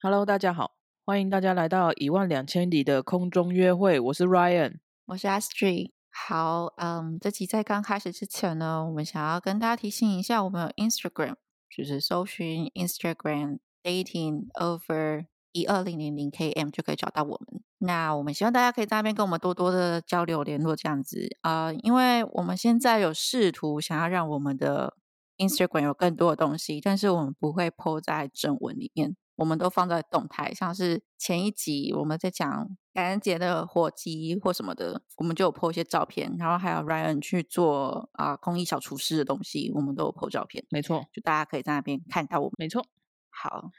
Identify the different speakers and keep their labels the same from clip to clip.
Speaker 1: Hello，大家好，欢迎大家来到一万两千里的空中约会，我是 Ryan。
Speaker 2: 我是 Astrid。好，嗯，这集在刚开始之前呢，我们想要跟大家提醒一下，我们有 Instagram，就是搜寻 Instagram dating over 一二零零零 km 就可以找到我们。那我们希望大家可以在那边跟我们多多的交流联络，这样子啊、呃因为我们现在有试图想要让我们的 Instagram 有更多的东西，但是我们不会 po 在正文里面，我们都放在动态，像是前一集我们在讲感恩节的火鸡或什么的，我们就有 po 一些照片，然后还有 Ryan 去做啊、公益小厨师的东西，我们都有 po 照片，
Speaker 1: 没错，
Speaker 2: 就大家可以在那边看到我们。
Speaker 1: 没错。
Speaker 2: 好，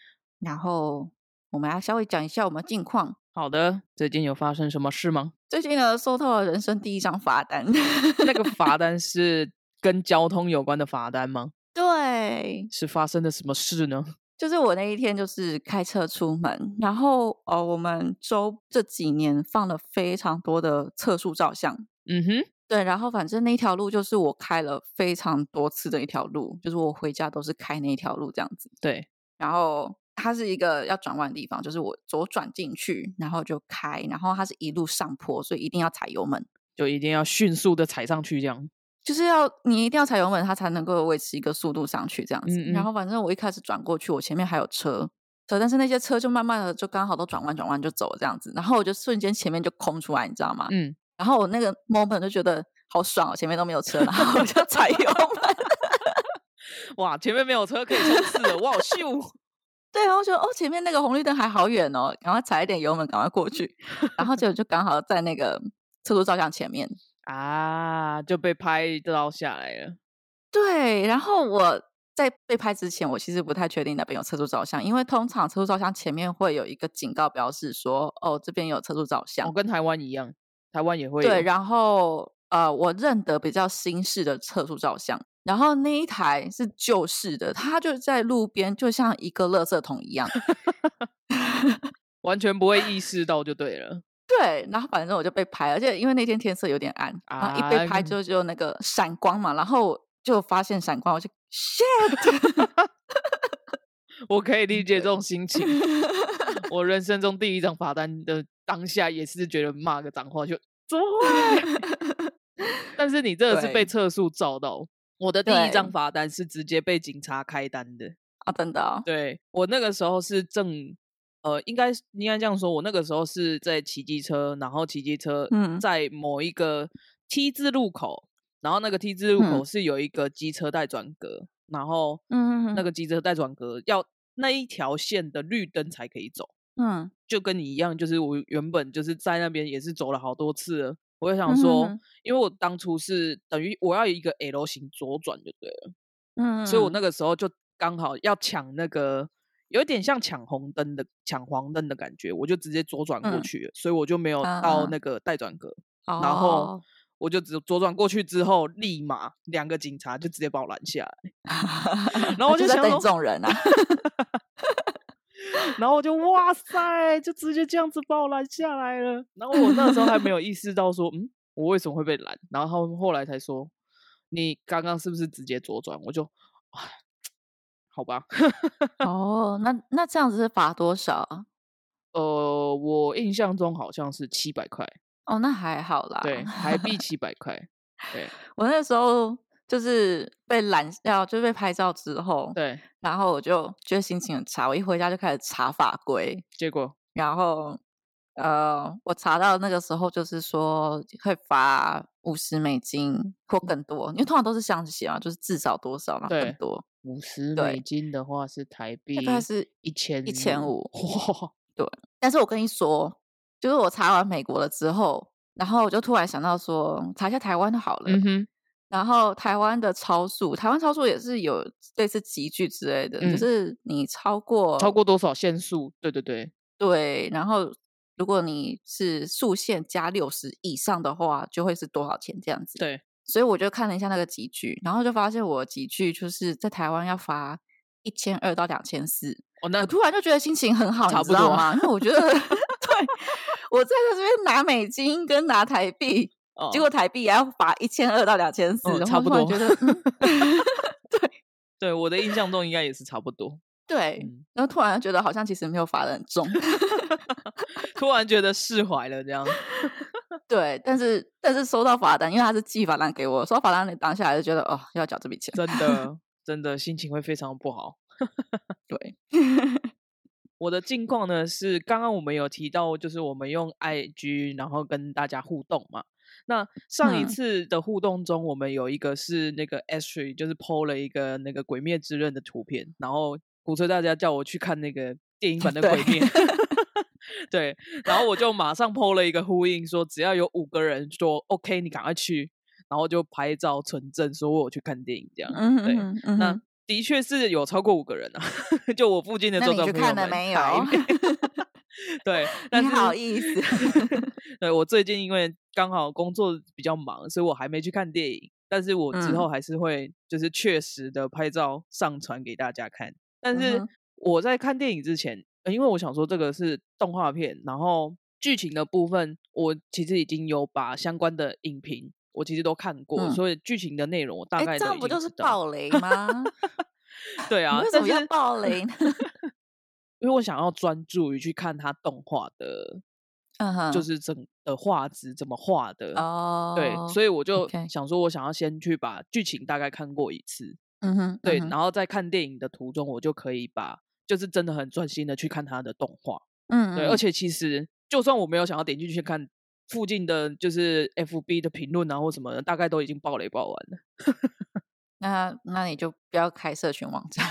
Speaker 2: 然后我们要稍微讲一下我们的近况。
Speaker 1: 好的，最近有发生什么事吗？
Speaker 2: 最近呢，收到了人生第一张罚单，
Speaker 1: 那个罚单是跟交通有关的罚单吗？
Speaker 2: 对，
Speaker 1: 是发生了什么事呢？
Speaker 2: 就是我那一天就是开车出门，然后呃，我们周这几年放了非常多的测速照相，
Speaker 1: 嗯哼，
Speaker 2: 对，然后反正那一条路就是我开了非常多次的一条路，就是我回家都是开那一条路这样子，
Speaker 1: 对，
Speaker 2: 然后。它是一个要转弯的地方，就是我左转进去，然后就开，然后它是一路上坡，所以一定要踩油门。
Speaker 1: 就一定要迅速的踩上去，这样。
Speaker 2: 就是要你一定要踩油门，它才能够维持一个速度上去这样子。
Speaker 1: 嗯嗯
Speaker 2: 然后反正我一开始转过去，我前面还有车，车，但是那些车就慢慢的就刚好都转弯转弯就走了这样子。然后我就瞬间前面就空出来，你知道吗？
Speaker 1: 嗯，
Speaker 2: 然后我那个 moment 就觉得好爽哦，前面都没有车，然后我就踩油门。
Speaker 1: 哇，前面没有车可以冲刺了，哇咻！
Speaker 2: 对，然后觉得哦，前面那个红绿灯还好远哦，赶快踩一点油门，赶快过去。然后结果就刚好在那个车速照相前面，
Speaker 1: 啊，就被拍到下来了。
Speaker 2: 对，然后我在被拍之前，我其实不太确定那边有测速照相，因为通常测速照相前面会有一个警告标示说，哦，这边有测速照
Speaker 1: 我、
Speaker 2: 相。
Speaker 1: 跟台湾一样，台湾也会
Speaker 2: 对，
Speaker 1: 有
Speaker 2: 然后呃，我认得比较新式的测速照相，然后那一台是旧式的，它就在路边，就像一个垃圾桶一样。
Speaker 1: 完全不会意识到就对了。
Speaker 2: 对，然后反正我就被拍了，而且因为那天天色有点暗，然后一被
Speaker 1: 啊
Speaker 2: 拍就就那个闪光嘛，然后就发现闪光，我就 shit，
Speaker 1: 我可以理解这种心 情。我人生中第一张罚单的当下，也是觉得骂个脏话就怎么会？ 但是你这个是被
Speaker 2: 对
Speaker 1: 测速照到。我的第一张
Speaker 2: 对
Speaker 1: 罚单是直接被警察开单的。
Speaker 2: 啊，真的哦、
Speaker 1: 对我那个时候是正，呃，应该是应该这样说，我那个时候是在骑机车，然后骑机车
Speaker 2: 嗯
Speaker 1: 在某一个 T 字路口，然后那个 T 字路口是有一个机车带转格，然后
Speaker 2: 嗯
Speaker 1: 那
Speaker 2: 嗯
Speaker 1: 个机车带转格要那一条线的绿灯才可以走，
Speaker 2: 嗯，
Speaker 1: 就跟你一样，就是我原本就是在那边也是走了好多次了。我就想
Speaker 2: 嗯哼
Speaker 1: 说，
Speaker 2: 哼
Speaker 1: 因为我当初是等于我要有一个 L 型左转就对了。
Speaker 2: 嗯，
Speaker 1: 所以我那
Speaker 2: 个
Speaker 1: 个时候就刚好要抢那个，有点像抢红灯的、抢黄灯的感觉，我就直接左转过
Speaker 2: 嗯
Speaker 1: 去了，所以我就没有
Speaker 2: 嗯
Speaker 1: 到
Speaker 2: 嗯
Speaker 1: 那个待转格，
Speaker 2: 哦、
Speaker 1: 然后我就只左转过去之后，立马两个警察就直接把我拦下 来，然后我就
Speaker 2: 他在
Speaker 1: 想
Speaker 2: 等
Speaker 1: 说
Speaker 2: 这种 人啊，
Speaker 1: 然后我就哇塞，就直接这样子把我拦下来了，然后我那时候还没 有意识到说，嗯，我为什么会被拦，然后他们后来才说，你刚刚是不是直接左转？我就，唉好吧。
Speaker 2: 哦，那那这样子是罚多少啊？
Speaker 1: 呃，我印象中好像是七百块，
Speaker 2: 哦，那还好啦。
Speaker 1: 对，台币七百块， 对
Speaker 2: 我那时候就是被拦掉，就是被拍照之后，
Speaker 1: 对，
Speaker 2: 然后我就觉得心情很差，我一回家就开始查法规，
Speaker 1: 结果
Speaker 2: 然后呃，我查到那个时候就是说会罚五十美金或更多，因为通常都是这样子写嘛，就是至少多少嘛，
Speaker 1: 嗯对
Speaker 2: 更多，
Speaker 1: 五十
Speaker 2: 对
Speaker 1: 美金的话是台币
Speaker 2: 大概是
Speaker 1: 一千
Speaker 2: 1500
Speaker 1: 哇，
Speaker 2: 但是我跟你说，就是我查完美国了之后，然后我就突然想到说，查一下台湾的好了。
Speaker 1: 嗯哼，
Speaker 2: 然后台湾的超速，台湾超速也是有类似集聚之类的，
Speaker 1: 嗯
Speaker 2: 就是你超过
Speaker 1: 超过多少限速？对对对，
Speaker 2: 对，然后如果你是速限加六十以上的话，就会是多少钱这样子。
Speaker 1: 对，
Speaker 2: 所以我就看了一下那个集聚，然后就发现我集聚就是在台湾要罚一千二到两千四，
Speaker 1: 哦，那
Speaker 2: 我突然就觉得心情很好，
Speaker 1: 差
Speaker 2: 你
Speaker 1: 不
Speaker 2: 知
Speaker 1: 多
Speaker 2: 道
Speaker 1: 啊
Speaker 2: 吗？因为我觉得， 对我在这边拿美金跟拿台币，
Speaker 1: 哦
Speaker 2: 结果台币也要罚一千二到两千四，
Speaker 1: 嗯
Speaker 2: 然
Speaker 1: 差
Speaker 2: 后
Speaker 1: 不
Speaker 2: 突然
Speaker 1: 多
Speaker 2: 觉得，嗯
Speaker 1: 对我的印象中应该也是差不多，
Speaker 2: 对
Speaker 1: 嗯，
Speaker 2: 然后突然觉得好像其实没有罚的很重，
Speaker 1: 突然觉得释怀了，这样。
Speaker 2: 对，但是但是收到罚单，因为他是寄罚单给我，收到罚单的当下就觉得哦，要缴这笔钱，
Speaker 1: 真的真的心情会非常不好。
Speaker 2: 对，
Speaker 1: 我的近况呢是，刚刚我们有提到，就是我们用 IG 然后跟大家互动嘛。那上一
Speaker 2: 嗯
Speaker 1: 次的互动中，我们有一个是那个 Ashley，就是 PO 了一个那个《鬼灭之刃》的图片，然后鼓吹大家叫我去看那个电影版的《鬼
Speaker 2: 对
Speaker 1: 灭》 对，然后我就马上 PO 了一个呼应，说只要有五个人说 OK，你赶快去，然后就拍照存证，说我有去看电影这样。
Speaker 2: 嗯
Speaker 1: 对
Speaker 2: 哼嗯
Speaker 1: 那
Speaker 2: 哼
Speaker 1: 的确是有超过五个人啊， 就我附近的
Speaker 2: 那
Speaker 1: 周
Speaker 2: 你
Speaker 1: 遭
Speaker 2: 去
Speaker 1: 朋
Speaker 2: 看
Speaker 1: 友
Speaker 2: 了
Speaker 1: 们
Speaker 2: 没
Speaker 1: 还
Speaker 2: 有
Speaker 1: 对， 但
Speaker 2: 你
Speaker 1: 是
Speaker 2: 好意思
Speaker 1: 对我最近因为刚好工作比较忙，所以我还没去看电影，但是我之
Speaker 2: 嗯
Speaker 1: 后还是会就是确实的拍照上传给大家看。但
Speaker 2: 嗯
Speaker 1: 是
Speaker 2: 哼
Speaker 1: 我在看电影之前，呃因为我想说这个是动画片，然后剧情的部分我其实已经有把相关的影评我其实都看过，
Speaker 2: 嗯
Speaker 1: 所以剧情的内容我大
Speaker 2: 哎，
Speaker 1: 概都
Speaker 2: 这样
Speaker 1: 已
Speaker 2: 不
Speaker 1: 经
Speaker 2: 就
Speaker 1: 知
Speaker 2: 是
Speaker 1: 道。
Speaker 2: 暴 雷吗？
Speaker 1: 对
Speaker 2: 你
Speaker 1: 啊，
Speaker 2: 为什
Speaker 1: 但
Speaker 2: 么
Speaker 1: 是
Speaker 2: 要暴雷呢？
Speaker 1: 因为我想要专注于去看它动画的，
Speaker 2: 嗯
Speaker 1: 就
Speaker 2: 哼，
Speaker 1: 是整的画质怎么画的，对，
Speaker 2: 哦
Speaker 1: 所以我就
Speaker 2: ，OK，
Speaker 1: 想说，我想要先去把剧情大概看过一次，
Speaker 2: 嗯哼，
Speaker 1: 对，
Speaker 2: 嗯哼
Speaker 1: 然后在看电影的途中，我就可以把就是真的很专心的去看它的动画，
Speaker 2: 嗯，
Speaker 1: 对，而
Speaker 2: 嗯
Speaker 1: 且其实就算我没有想要点进去看。附近的就是 F B 的评论啊，或什么的，大概都已经爆雷爆完了。，
Speaker 2: 那那你就不要开社群网站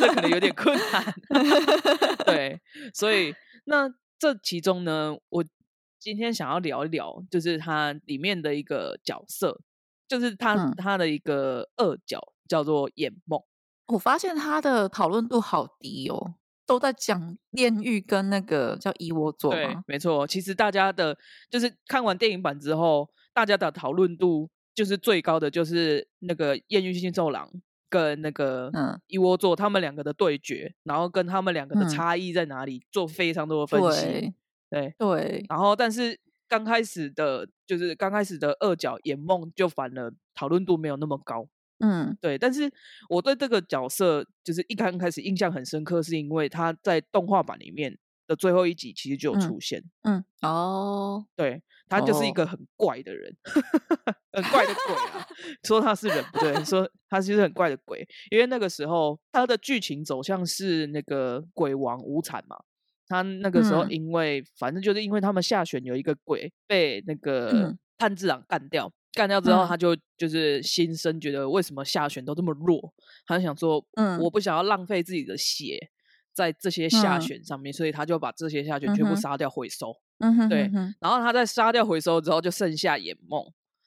Speaker 1: 这可能有点困难。 对，所以那这其中呢，我今天想要聊一聊，就是它里面的一个角色，就是他
Speaker 2: 嗯
Speaker 1: 他的一个恶角叫做眼梦。
Speaker 2: 我发现他的讨论度好低哦，都在讲炼狱跟那个叫一窝座
Speaker 1: 对
Speaker 2: 吗，？
Speaker 1: 没错。其实大家的，就是看完电影版之后，大家的讨论度就是最高的，就是那个《艳遇新兽郎》跟那个
Speaker 2: 嗯，
Speaker 1: 一窝座他们两个的对决，然后跟他们两个的
Speaker 2: 嗯
Speaker 1: 差异在哪里，做非常多的分析。
Speaker 2: 对
Speaker 1: 对，
Speaker 2: 对，
Speaker 1: 然后但是刚开始的，就是刚开始的二角眼梦就反而讨论度没有那么高。
Speaker 2: 嗯
Speaker 1: 对，但是我对这个角色就是一刚开始印象很深刻，是因为他在动画版里面的最后一集其实就有
Speaker 2: 嗯
Speaker 1: 出现，
Speaker 2: 嗯，哦，
Speaker 1: 对他就是一
Speaker 2: 哦
Speaker 1: 个很怪的人， 很怪的鬼 啊！说他是人不对，说他其实很怪的鬼，因为那个时候他的剧情走向是那个鬼王无惨嘛。他那个时候，
Speaker 2: 嗯
Speaker 1: 因为、反正就是因为他们下选有一个鬼被那个
Speaker 2: 嗯
Speaker 1: 炭治郎干掉，干掉之后
Speaker 2: 嗯
Speaker 1: 他就就是心生觉得为什么下选都这么弱，他就想说
Speaker 2: 嗯
Speaker 1: 我不想要浪费自己的血在这些下
Speaker 2: 嗯
Speaker 1: 选上面，所以他就把这些下选全部
Speaker 2: 嗯哼
Speaker 1: 杀掉回收。
Speaker 2: 嗯哼
Speaker 1: 对
Speaker 2: 哼哼，
Speaker 1: 然后他在杀掉回收之后，就剩下眼梦。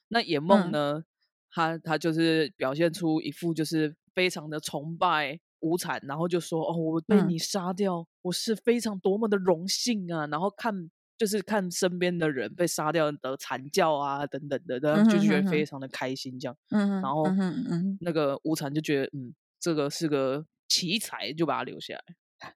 Speaker 1: 那眼梦
Speaker 2: 嗯
Speaker 1: 呢，他他就是表现出一副就是非常的崇拜无惨，然后就说：“哦，我被
Speaker 2: 嗯
Speaker 1: 你杀掉，我是非常多么的荣幸啊！”然后看就是看身边的人被杀掉的惨叫啊等等的，然后
Speaker 2: 嗯
Speaker 1: 就是
Speaker 2: 哼
Speaker 1: 觉得
Speaker 2: 哼
Speaker 1: 非
Speaker 2: 哼
Speaker 1: 常的开心这样。
Speaker 2: 嗯哼
Speaker 1: 然后
Speaker 2: 嗯哼嗯哼，
Speaker 1: 那个无惨就觉得，嗯，这个是个奇才，就把他留下来。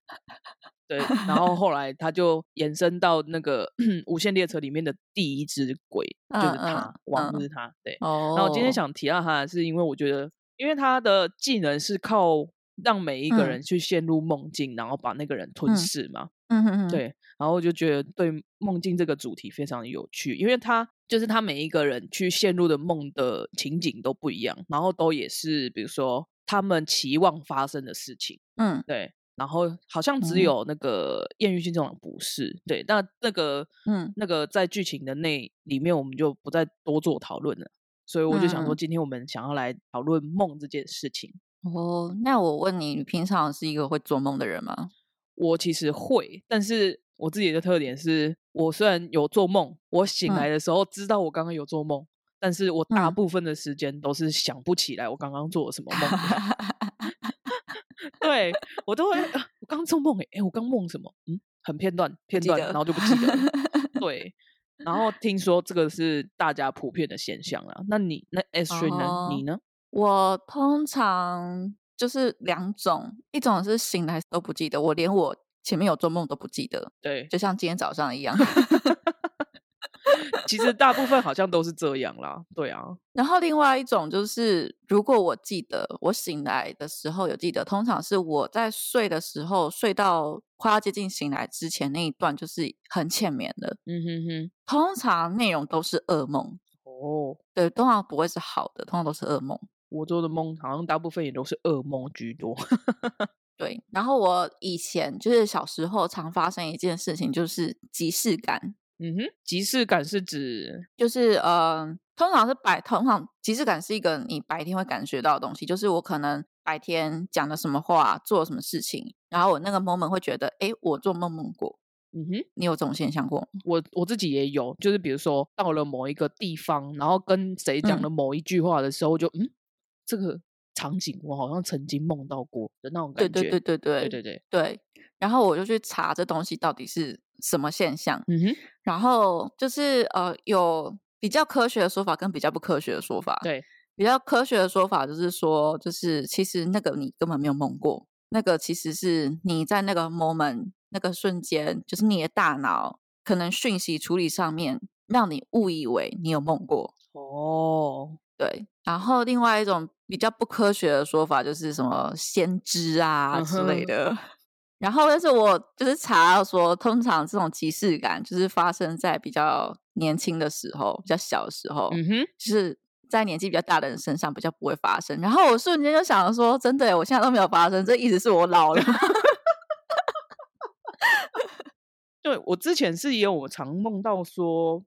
Speaker 1: 对，然后后来他就延伸到那个 《无限列车》里面的第一只鬼，就
Speaker 2: 嗯
Speaker 1: 是他
Speaker 2: 嗯，
Speaker 1: 王就是
Speaker 2: 嗯，
Speaker 1: 他。对，然后今天
Speaker 2: 哦，
Speaker 1: 想提到他，是因为我觉得，因为他的技能是靠让每一个
Speaker 2: 嗯
Speaker 1: 人去陷入梦境，然后把那个人吞
Speaker 2: 嗯
Speaker 1: 噬嘛。
Speaker 2: 嗯哼哼，
Speaker 1: 对，然后我就觉得对梦境这个主题非常有趣，因为他就是他每一个人去陷入的梦的情景都不一样，然后都也是比如说他们期望发生的事情。
Speaker 2: 嗯
Speaker 1: 对，然后好像只
Speaker 2: 嗯
Speaker 1: 有那个艳遇新这种不是，对，那那个
Speaker 2: 嗯
Speaker 1: 那个在剧情的那里面，我们就不再多做讨论了。所以我就想说，
Speaker 2: 嗯，
Speaker 1: 今天我们想要来讨论梦这件事情。
Speaker 2: 哦，那我问你，你平常是一个会做梦的人吗？
Speaker 1: 我其实会，但是我自己的特点是我虽然有做梦，我醒来
Speaker 2: 嗯
Speaker 1: 的时候知道我刚刚有做梦，但是我大
Speaker 2: 嗯，
Speaker 1: 部分的时间都是想不起来我刚刚做了什么梦。 对我都会，啊、我刚做梦诶、诶我刚梦什么？嗯，很片段，
Speaker 2: 不
Speaker 1: 片
Speaker 2: 记
Speaker 1: 段，然
Speaker 2: 得，
Speaker 1: 后就不记得 了。对，然后听说这个是大家普遍的现象啦。那你那 S 君呢？你
Speaker 2: 哦，
Speaker 1: 呢？
Speaker 2: 我通常就是两种，一种是醒来都不记得，我连我前面有做梦都不记得，
Speaker 1: 对，
Speaker 2: 就像今天早上一样。
Speaker 1: 其实大部分好像都是这样啦，对啊，
Speaker 2: 然后另外一种就是，如果我记得我醒来的时候有记得，通常是我在睡的时候，睡到快要接近醒来之前那一段，就是很浅眠的。
Speaker 1: 嗯哼哼，
Speaker 2: 通常内容都是噩梦，
Speaker 1: 哦，
Speaker 2: 对，通常不会是好的，通常都是噩梦。
Speaker 1: 我做的梦好像大部分也都是噩梦居多。
Speaker 2: 对，然后我以前就是小时候常发生一件事情，就是即视感，
Speaker 1: 嗯哼，即视感是指，
Speaker 2: 就是呃，通常是白，通常即视感是一个你白天会感觉到的东西，就是我可能白天讲了什么话，做了什么事情，然后我那个 moment 会觉得，诶，我做梦梦过。
Speaker 1: 嗯哼，
Speaker 2: 你有这种现象过吗？
Speaker 1: 我我自己也有，就是比如说到了某一个地方，然后跟谁讲
Speaker 2: 嗯
Speaker 1: 了某一句话的时候，就嗯，这个场景我好像曾经梦到过的那种感
Speaker 2: 对
Speaker 1: 觉。
Speaker 2: 对对对对
Speaker 1: 对对对
Speaker 2: 对然后我就去查这东西到底是什么现象，
Speaker 1: 嗯哼，
Speaker 2: 然后就是呃，有比较科学的说法跟比较不科学的说法。
Speaker 1: 对，
Speaker 2: 比较科学的说法就是说，就是其实那个你根本没有梦过，那个其实是你在那个 moment 那个瞬间，就是你的大脑可能讯息处理上面让你误以为你有梦过。
Speaker 1: 哦，
Speaker 2: 对，然后另外一种比较不科学的说法就是什么先知啊
Speaker 1: 嗯
Speaker 2: 之类
Speaker 1: 哼
Speaker 2: 的。然后，但是我就是查到说，通常这种即视感就是发生在比较年轻的时候，比较小的时候。
Speaker 1: 嗯哼，
Speaker 2: 就是在年纪比较大的人身上比较不会发生。然后我瞬间就想了说，真的耶，我现在都没有发生，这一直是我老了吗。
Speaker 1: 对我之前是也有常梦到说，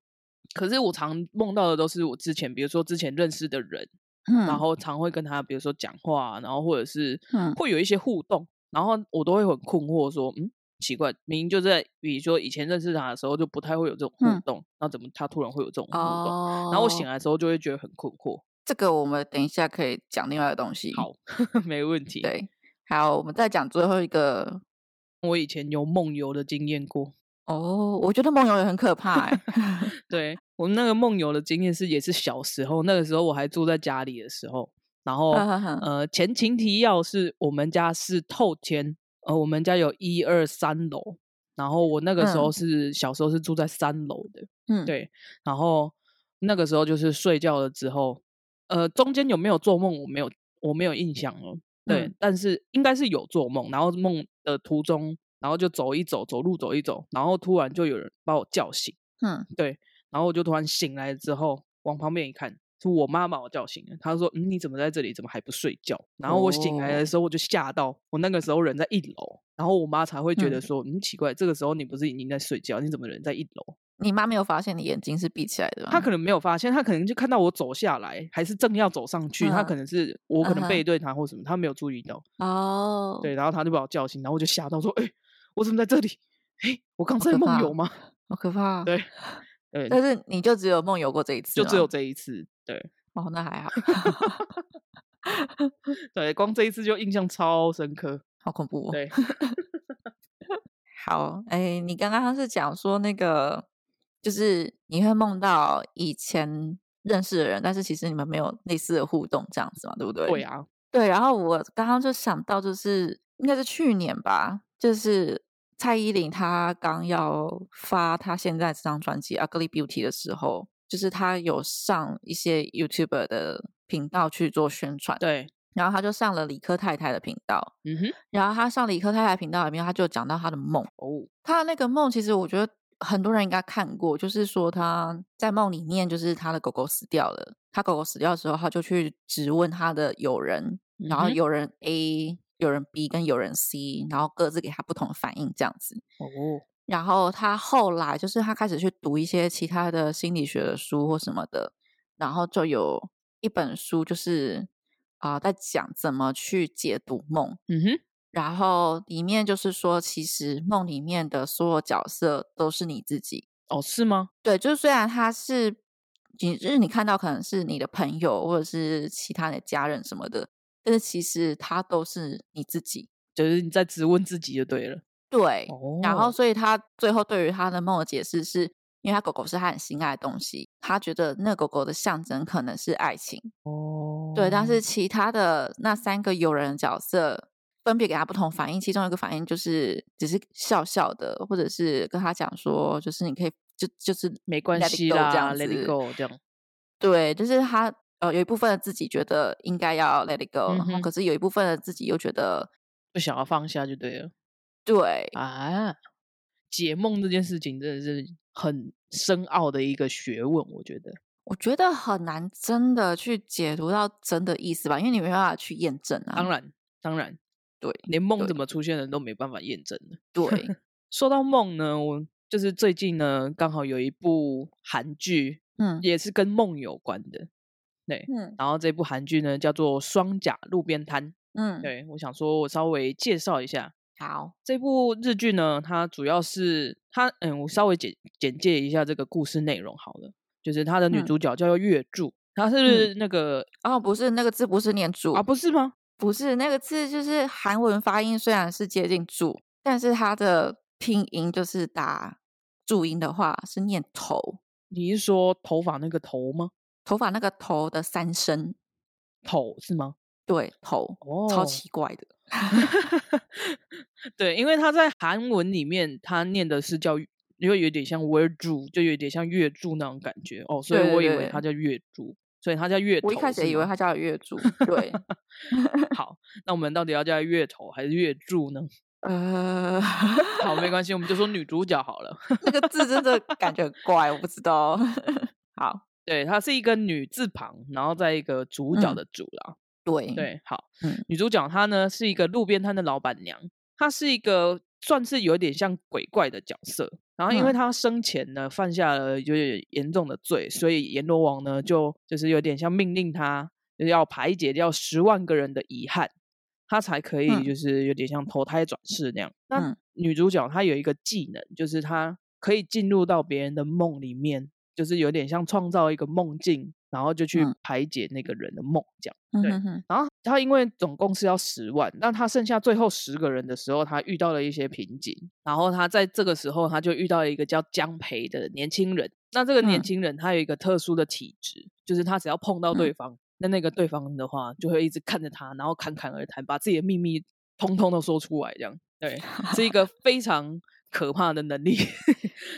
Speaker 1: 可是我常梦到的都是我之前，比如说之前认识的人，然
Speaker 2: 嗯
Speaker 1: 后常会跟他比如说讲话，啊然后或者是
Speaker 2: 嗯
Speaker 1: 会有一些互动，然后我都会很困惑说，嗯，奇怪，明明就在比如说以前认识他的时候就不太会有这种互
Speaker 2: 嗯
Speaker 1: 动，那怎么他突然会有这种互动？
Speaker 2: 哦，
Speaker 1: 然后我醒来的时候就会觉得很困惑。
Speaker 2: 这个我们等一下可以讲另外的东西。
Speaker 1: 好，没问题。
Speaker 2: 对，好，我们再讲最后一个。
Speaker 1: 我以前有梦游的经验过，
Speaker 2: 哦，我觉得梦游也很可怕哎、
Speaker 1: 对我那个梦游的经验是，也是小时候，那个时候我还住在家里的时候，然后
Speaker 2: 哈哈哈
Speaker 1: 呃，前情提要是我们家是透天，呃，我们家有一二三楼，然后我那个时候
Speaker 2: 嗯
Speaker 1: 是小时候是住在三楼的，
Speaker 2: 嗯，
Speaker 1: 对，然后那个时候就是睡觉了之后，呃，中间有没有做梦，我没有，我没有印象了。对，
Speaker 2: 嗯
Speaker 1: 但是应该是有做梦，然后梦的途中，然后就走一走，走路走一走，然后突然就有人把我叫醒，
Speaker 2: 嗯
Speaker 1: 然后我就突然醒来之后，往旁边一看，是我妈把我叫醒的。她说：“嗯，你怎么在这里？怎么还不睡觉？”然后我醒来的
Speaker 2: 哦
Speaker 1: 时候，我就吓到，我那个时候人在一楼，然后我妈才会觉得说：“嗯，奇怪，这个时候你不是已经在睡觉？你怎么人在一楼？”
Speaker 2: 你妈没有发现你眼睛是闭起来的吗？
Speaker 1: 他可能没有发现，他可能就看到我走下来，还是正要走上去，他可
Speaker 2: 嗯
Speaker 1: 能是我可
Speaker 2: 嗯
Speaker 1: 能
Speaker 2: 哼
Speaker 1: 背对他或什么，他没有注意到。
Speaker 2: 哦，
Speaker 1: 对，然后他就把我叫醒，然后我就吓到说：“哎、我怎么在这里？哎、我刚
Speaker 2: 好
Speaker 1: 在
Speaker 2: 可
Speaker 1: 梦
Speaker 2: 怕哦
Speaker 1: 游吗
Speaker 2: 好可怕。？”
Speaker 1: 对，对，
Speaker 2: 但是你就只有梦游过这一次
Speaker 1: 就
Speaker 2: 吗，
Speaker 1: 只有这一次。对
Speaker 2: 哦，那还好，
Speaker 1: 对，光这一次就印象超深刻。
Speaker 2: 好恐怖、哦。
Speaker 1: 对，
Speaker 2: 好，哎，你刚刚是讲说那个，就是你会梦到以前认识的人，但是其实你们没有类似的互动，这样子嘛，对不对？
Speaker 1: 对啊，
Speaker 2: 对。然后我刚刚就想到，就是应该是去年吧，就是蔡依林她刚要发她现在这张专辑《Ugly Beauty》的时候，就是她有上一些 YouTuber 的频道去做宣传，
Speaker 1: 对，
Speaker 2: 然后她就上了理科太太的频道，
Speaker 1: 嗯哼，
Speaker 2: 然后她上理科太太频道里面，她就讲到她的梦。
Speaker 1: 哦，
Speaker 2: 他的那个梦，其实我觉得很多人应该看过，就是说他在梦里面，就是他的狗狗死掉了。他狗狗死掉的时候，他就去质问他的友人，
Speaker 1: 嗯
Speaker 2: 然后
Speaker 1: 哼，
Speaker 2: 友人 A、友人 B 跟友人 C，然后各自给他不同的反应，这样子。
Speaker 1: 哦，
Speaker 2: 然后他后来就是他开始去读一些其他的心理学的书或什么的，然后就有一本书就是啊、在讲怎么去解读梦，
Speaker 1: 嗯哼，
Speaker 2: 然后里面就是说，其实梦里面的所有角色都是你自己。
Speaker 1: 哦，是吗？
Speaker 2: 对，就是虽然他是，你就是你看到可能是你的朋友或者是其他的家人什么的，但是其实他都是你自己。
Speaker 1: 就是你在质问自己就对了。
Speaker 2: 对，然后
Speaker 1: 哦，
Speaker 2: 所以他最后对于他的梦的解释是，因为他狗狗是他很心爱的东西，他觉得那狗狗的象征可能是爱情。
Speaker 1: 哦，
Speaker 2: 对，但是其他的那三个友人的角色分别给他不同反应，其中一个反应就是只是笑笑的，或者是跟他讲说，就是你可以就就是
Speaker 1: 没关
Speaker 2: let it
Speaker 1: 系
Speaker 2: go 这
Speaker 1: 啦
Speaker 2: 样
Speaker 1: ，Let
Speaker 2: 子
Speaker 1: it go 这样，
Speaker 2: 对，就是他呃有一部分的自己觉得应该要 let it go，、然
Speaker 1: 嗯
Speaker 2: 后
Speaker 1: 哼
Speaker 2: 可是有一部分的自己又觉得
Speaker 1: 不想要放下就对了
Speaker 2: 对，
Speaker 1: 啊。解梦这件事情真的是很深奥的一个学问，我觉得。
Speaker 2: 我觉得很难真的去解读到真的意思吧，因为你没办法去验证啊。
Speaker 1: 当然，当然，
Speaker 2: 对
Speaker 1: 连梦
Speaker 2: 对
Speaker 1: 怎么出现的都没办法验证的。
Speaker 2: 对，
Speaker 1: 说到梦呢，我就是最近呢，刚好有一部韩剧，
Speaker 2: 嗯
Speaker 1: 也是跟梦有关的。对，
Speaker 2: 嗯
Speaker 1: 然后这部韩剧呢叫做《双甲路边摊》。
Speaker 2: 嗯，
Speaker 1: 对，我想说，我稍微介绍一下
Speaker 2: 好，
Speaker 1: 这部日剧呢，它主要是它，嗯，我稍微简简介一下这个故事内容好了。就是它的女
Speaker 2: 嗯
Speaker 1: 主角叫做月柱，她是那个、
Speaker 2: 哦，不是那个字不是念住
Speaker 1: 啊，不是吗？
Speaker 2: 不是那个字，就是韩文发音虽然是接近注，但是它的拼音就是打注音的话是念头，
Speaker 1: 你是说头发那个头吗？
Speaker 2: 头发那个头的三声，
Speaker 1: 头是吗？
Speaker 2: 对头，
Speaker 1: 哦，
Speaker 2: 超奇怪的。
Speaker 1: 对，因为他在韩文里面，他念的是叫，因为有点像 w e r d 就有点像月柱那种感觉哦，所以
Speaker 2: 对
Speaker 1: 我以
Speaker 2: 对
Speaker 1: 为他叫月柱，所以他叫月头
Speaker 2: 我
Speaker 1: 是
Speaker 2: 一
Speaker 1: 吗。
Speaker 2: 开始也以为它 叫月柱，对，
Speaker 1: 好，那我们到底要叫他月头还是月柱呢？
Speaker 2: 呃，
Speaker 1: 好，没关系，我们就说女主角好了。
Speaker 2: 那个字真的感觉很怪，我不知道。 好，
Speaker 1: 对，她是一个女字旁，然后在一个主角
Speaker 2: 嗯
Speaker 1: 的主啦。
Speaker 2: 对，
Speaker 1: 对，好，
Speaker 2: 嗯
Speaker 1: 女主角她呢是一个路边摊的老板娘，她是一个算是有点像鬼怪的角色。然后因为
Speaker 2: 嗯
Speaker 1: 她生前呢犯下了有点严重的罪，所以阎罗王呢就就是有点像命令她就是要排解掉十万个人的遗憾，她才可以
Speaker 2: 嗯
Speaker 1: 就是有点像投胎转世那样。那
Speaker 2: 嗯
Speaker 1: 女主角她有一个技能，就是她可以进入到别人的梦里面，就是有点像创造一个梦境，然后就去
Speaker 2: 嗯
Speaker 1: 排解那个人的梦这样。
Speaker 2: 嗯
Speaker 1: 对
Speaker 2: 哼哼，
Speaker 1: 然后他因为总共是要十万，那他剩下最后十个人的时候，他遇到了一些瓶颈。然后他在这个时候，他就遇到了一个叫江培的年轻人。那这个年
Speaker 2: 嗯
Speaker 1: 轻人他有一个特殊的体质，就是他只要碰到对
Speaker 2: 嗯
Speaker 1: 方，那那个对方的话就会一直看着他，然后侃侃而谈，把自己的秘密通通都说出来，这样对，是一个非常可怕的能力。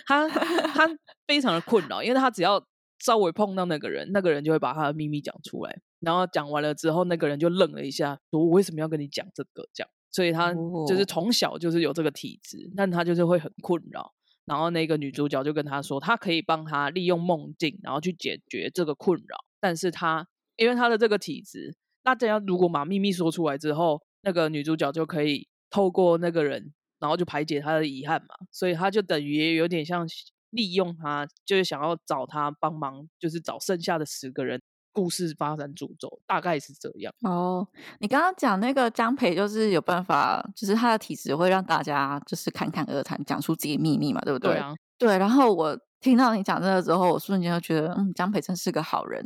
Speaker 1: 他他非常的困扰，因为他只要稍微碰到那个人，那个人就会把他的秘密讲出来，然后讲完了之后，那个人就愣了一下，说我为什么要跟你讲这个？这样，所以他就是
Speaker 2: 哦
Speaker 1: 从小就是有这个体质，但他就是会很困扰。然后那个女主角就跟他说，她可以帮他利用梦境，然后去解决这个困扰，但是他因为他的这个体质，那这样如果把秘密说出来之后，那个女主角就可以透过那个人，然后就排解她的遗憾嘛，所以她就等于也有点像是利用他，就是想要找他帮忙，就是找剩下的十个人，故事发展主轴大概是这样。
Speaker 2: 哦，你刚刚讲那个张培，就是有办法，就是他的体质会让大家就是侃侃而谈，讲出自己秘密嘛，对不对？
Speaker 1: 对啊，
Speaker 2: 对然后我听到你讲这个之后，我瞬间就觉得，嗯，张培真是个好人，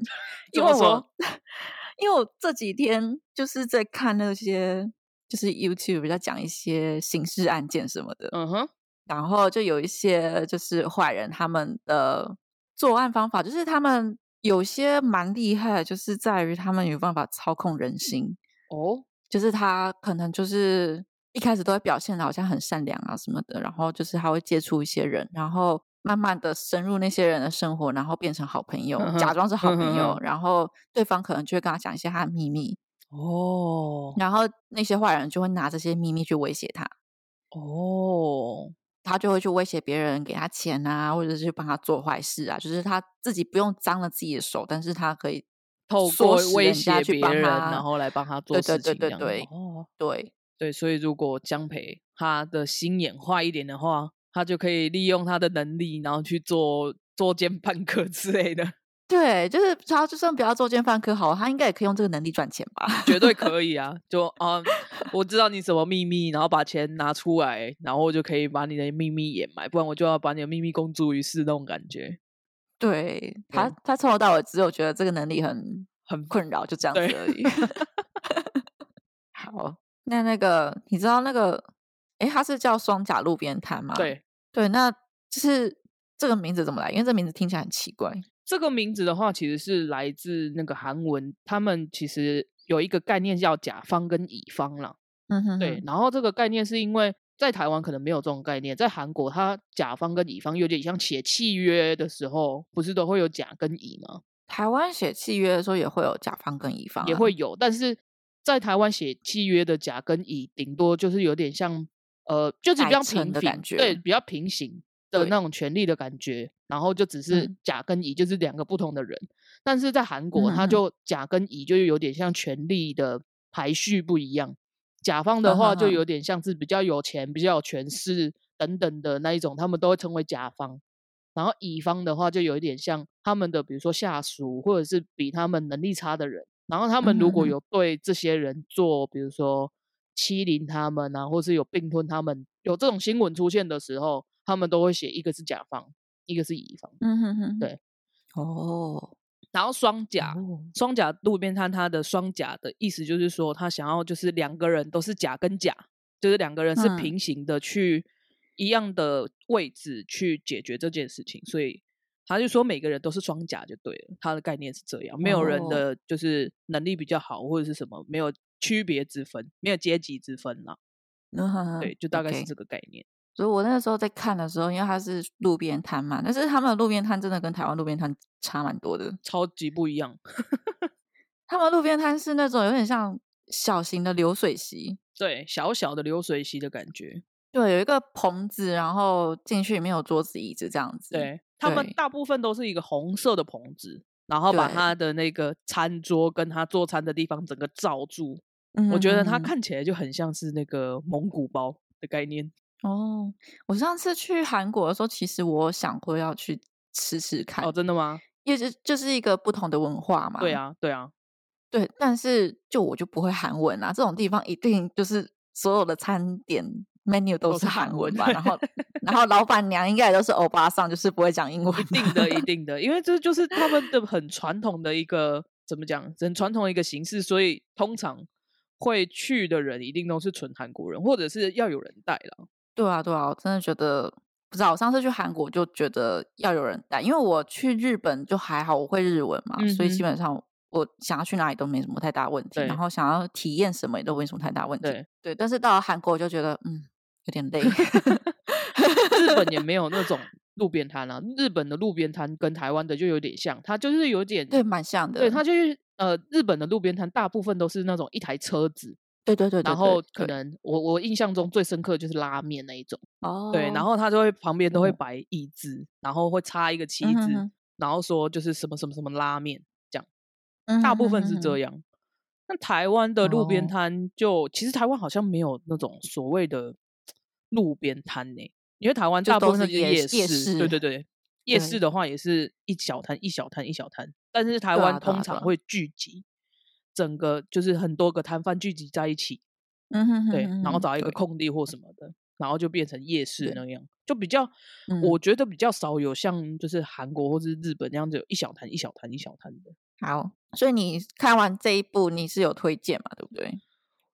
Speaker 1: 怎
Speaker 2: 因
Speaker 1: 么
Speaker 2: 为
Speaker 1: 说
Speaker 2: 我 因为我这几天就是在看那些就是 YouTube 在讲一些刑事案件什么的，
Speaker 1: 嗯哼，
Speaker 2: 然后就有一些就是坏人他们的作案方法，就是他们有些蛮厉害的，就是在于他们有办法操控人心，
Speaker 1: 哦，
Speaker 2: 就是他可能就是一开始都会表现的好像很善良啊什么的，然后就是他会接触一些人，然后慢慢的深入那些人的生活，然后变成好朋友，
Speaker 1: 嗯
Speaker 2: 假
Speaker 1: 哼
Speaker 2: 装是好
Speaker 1: 嗯
Speaker 2: 朋
Speaker 1: 哼
Speaker 2: 友，
Speaker 1: 哼
Speaker 2: 然后对方可能就会跟他讲一些他的秘密，
Speaker 1: 哦，
Speaker 2: 然后那些坏人就会拿这些秘密去威胁他。
Speaker 1: 哦，
Speaker 2: 他就会去威胁别人，给他钱啊，或者是帮他做坏事啊，就是他自己不用脏了自己的手，但是他可以
Speaker 1: 透
Speaker 2: 唆
Speaker 1: 过
Speaker 2: 使
Speaker 1: 威
Speaker 2: 人家
Speaker 1: 胁
Speaker 2: 去
Speaker 1: 别
Speaker 2: 帮
Speaker 1: 人，
Speaker 2: 他
Speaker 1: 然后来帮他做
Speaker 2: 对对
Speaker 1: 事情，
Speaker 2: 对
Speaker 1: 这
Speaker 2: 对
Speaker 1: 样
Speaker 2: 对
Speaker 1: 哦。
Speaker 2: 对，
Speaker 1: 对，所以如果江培他的心眼坏一点的话，他就可以利用他的能力，然后去做作奸 犯科之类的，
Speaker 2: 对，就是他就算不要做奸犯科好了，他应该也可以用这个能力赚钱吧？
Speaker 1: 绝对可以啊！就啊，我知道你什么秘密，然后把钱拿出来，然后我就可以把你的秘密掩埋，不然我就要把你的秘密公诸于世那种感觉，
Speaker 2: 对
Speaker 1: 对
Speaker 2: 他，他从头到尾只有觉得这个能力很
Speaker 1: 很
Speaker 2: 困扰，就这样
Speaker 1: 对
Speaker 2: 子而已。 好，那那个你知道那个，诶，他是叫双甲路边摊吗？
Speaker 1: 对。
Speaker 2: 对，那就是这个名字怎么来？因为这名字听起来很奇怪。
Speaker 1: 这个名字的话，其实是来自那个韩文，他们其实有一个概念叫甲方跟乙方啦。
Speaker 2: 嗯哼
Speaker 1: 对
Speaker 2: 哼，，
Speaker 1: 然后这个概念是因为在台湾可能没有这种概念，在韩国，他甲方跟乙方有点像写契约的时候，不是都会有甲跟乙吗？
Speaker 2: 台湾写契约的时候也会有甲方跟乙方、啊
Speaker 1: 也会，有，但是在台湾写契约的甲跟乙，顶多就是有点像呃，就是比
Speaker 2: 代
Speaker 1: 较
Speaker 2: 称
Speaker 1: 平
Speaker 2: 的
Speaker 1: 平
Speaker 2: 感觉
Speaker 1: 对，比较平行的
Speaker 2: 对
Speaker 1: 那种权利的感觉，然后就只是
Speaker 2: 嗯
Speaker 1: 甲跟乙就是两个不同的人，但是在韩国，
Speaker 2: 嗯
Speaker 1: 他
Speaker 2: 嗯嗯
Speaker 1: 就甲跟乙就有点像权利的排序不一样，甲方的
Speaker 2: 嗯
Speaker 1: 话
Speaker 2: 哼
Speaker 1: 就
Speaker 2: 哼
Speaker 1: 有点像是比较有钱、比较有权势等等的那一种，他们都会称为甲方。然后乙方的话，就有一点像他们的，比如说下属或者是比他们能力差的人。然后他们如
Speaker 2: 嗯哼
Speaker 1: 果
Speaker 2: 哼
Speaker 1: 有对这些人做，比如说欺凌他们啊，或是有并吞他们，有这种新闻出现的时候，他们都会写一个是甲方，一个是乙方。
Speaker 2: 嗯哼哼，
Speaker 1: 对，
Speaker 2: 哦，
Speaker 1: 然后双甲，
Speaker 2: 哦
Speaker 1: 双甲路边摊它的双甲的意思就是说，他想要就是两个人都是甲跟甲，就是两个人是
Speaker 2: 嗯
Speaker 1: 平行的去一样的位置去解决这件事情，所以他就说每个人都是双甲就对了，他的概念是这样，没有人
Speaker 2: 哦
Speaker 1: 的就是能力比较好或者是什么，没有区别之分，没有阶级之分啦，
Speaker 2: 嗯哼哼
Speaker 1: 对，就大概是
Speaker 2: OK
Speaker 1: 这个概念。
Speaker 2: 所以我那个时候在看的时候，因为它是路边摊嘛，但是他们的路边摊真的跟台湾路边摊差蛮多的。
Speaker 1: 超级不一样，
Speaker 2: 他们的路边摊是那种有点像小型的流水席，
Speaker 1: 对，小小的流水席的感觉，
Speaker 2: 对，有一个棚子，然后进去里面有桌子、椅子这样子。，
Speaker 1: 对，他们
Speaker 2: 对
Speaker 1: 大部分都是一个红色的棚子，然后把
Speaker 2: 对
Speaker 1: 他的那个餐桌跟他做餐的地方整个罩住。
Speaker 2: 嗯
Speaker 1: 我觉得它
Speaker 2: 哼
Speaker 1: 看起来就很像是那个蒙古包的概念。
Speaker 2: 哦，我上次去韩国的时候，其实我有想过要去吃吃看，
Speaker 1: 哦，真的吗？
Speaker 2: 因为这就是一个不同的文化嘛。
Speaker 1: 对，啊，对啊，
Speaker 2: 对，但是就我就不会韩文啊，这种地方一定就是所有的餐点 menu 都
Speaker 1: 都
Speaker 2: 是
Speaker 1: 是韩
Speaker 2: 韩
Speaker 1: 文
Speaker 2: 文吧，然后然后老板娘应该也都是欧巴桑，就是不会讲英文啊
Speaker 1: 一
Speaker 2: 嘛，
Speaker 1: 定 的，一定的，因为这就是他们的很传统的一个怎么讲，很传统的一个形式，所以通常会去的人一定都是纯韩国人，或者是要有人带了。
Speaker 2: 对啊，对啊，我真的觉得不知道。我上次去韩国就觉得要有人带，因为我去日本就还好，我会日文嘛，所以基
Speaker 1: 嗯
Speaker 2: 本上我想要去哪里都没什么太大问题，
Speaker 1: 对
Speaker 2: 然后想要体验什么也都没什么太大问题。
Speaker 1: 对
Speaker 2: 但是到了韩国我就觉得嗯有点 累。
Speaker 1: 日本也没有那种路边摊啊，日本的路边摊跟台湾的就有点像，它就是有点
Speaker 2: 对，蛮像的。
Speaker 1: 对，它就是呃，日本的路边摊大部分都是那种一台车子，
Speaker 2: 对对对对对，
Speaker 1: 然后可
Speaker 2: 对
Speaker 1: 能我我印象中最深刻就是拉面那一种，
Speaker 2: 哦，
Speaker 1: 对，然后它就会旁边都会
Speaker 2: 哦
Speaker 1: 摆椅子，然后会插一个旗
Speaker 2: 嗯
Speaker 1: 子，
Speaker 2: 哼哼
Speaker 1: 然后说就是什么什么什么拉面这样，
Speaker 2: 嗯
Speaker 1: 大
Speaker 2: 哼
Speaker 1: 部
Speaker 2: 哼
Speaker 1: 分
Speaker 2: 哼
Speaker 1: 是这
Speaker 2: 哼
Speaker 1: 样。那台湾的路边
Speaker 2: 哦
Speaker 1: 摊就其实台湾好像没有那种所谓的路边摊呢，因为台湾
Speaker 2: 就
Speaker 1: 大部
Speaker 2: 都
Speaker 1: 分
Speaker 2: 是
Speaker 1: 都是
Speaker 2: 夜
Speaker 1: 夜
Speaker 2: 市夜
Speaker 1: 市，对
Speaker 2: 市
Speaker 1: 对对，夜市
Speaker 2: 对
Speaker 1: 的话也是一小摊一小摊一小摊，但是台
Speaker 2: 对
Speaker 1: 湾
Speaker 2: 啊对啊
Speaker 1: 通
Speaker 2: 对
Speaker 1: 常
Speaker 2: 啊
Speaker 1: 会聚集整个就是很多个摊贩聚集在一起，
Speaker 2: 嗯哼哼
Speaker 1: 对
Speaker 2: 哼，
Speaker 1: 然后
Speaker 2: 哼
Speaker 1: 找一个
Speaker 2: 对
Speaker 1: 空地或什么的，然后就变成夜市
Speaker 2: 对
Speaker 1: 那样，就比较，
Speaker 2: 嗯
Speaker 1: 我觉得比较少有像就是韩国或是日本那样子有一小摊一小摊一小摊的。
Speaker 2: 好，所以你看完这一部，你是有推荐嘛？对不对？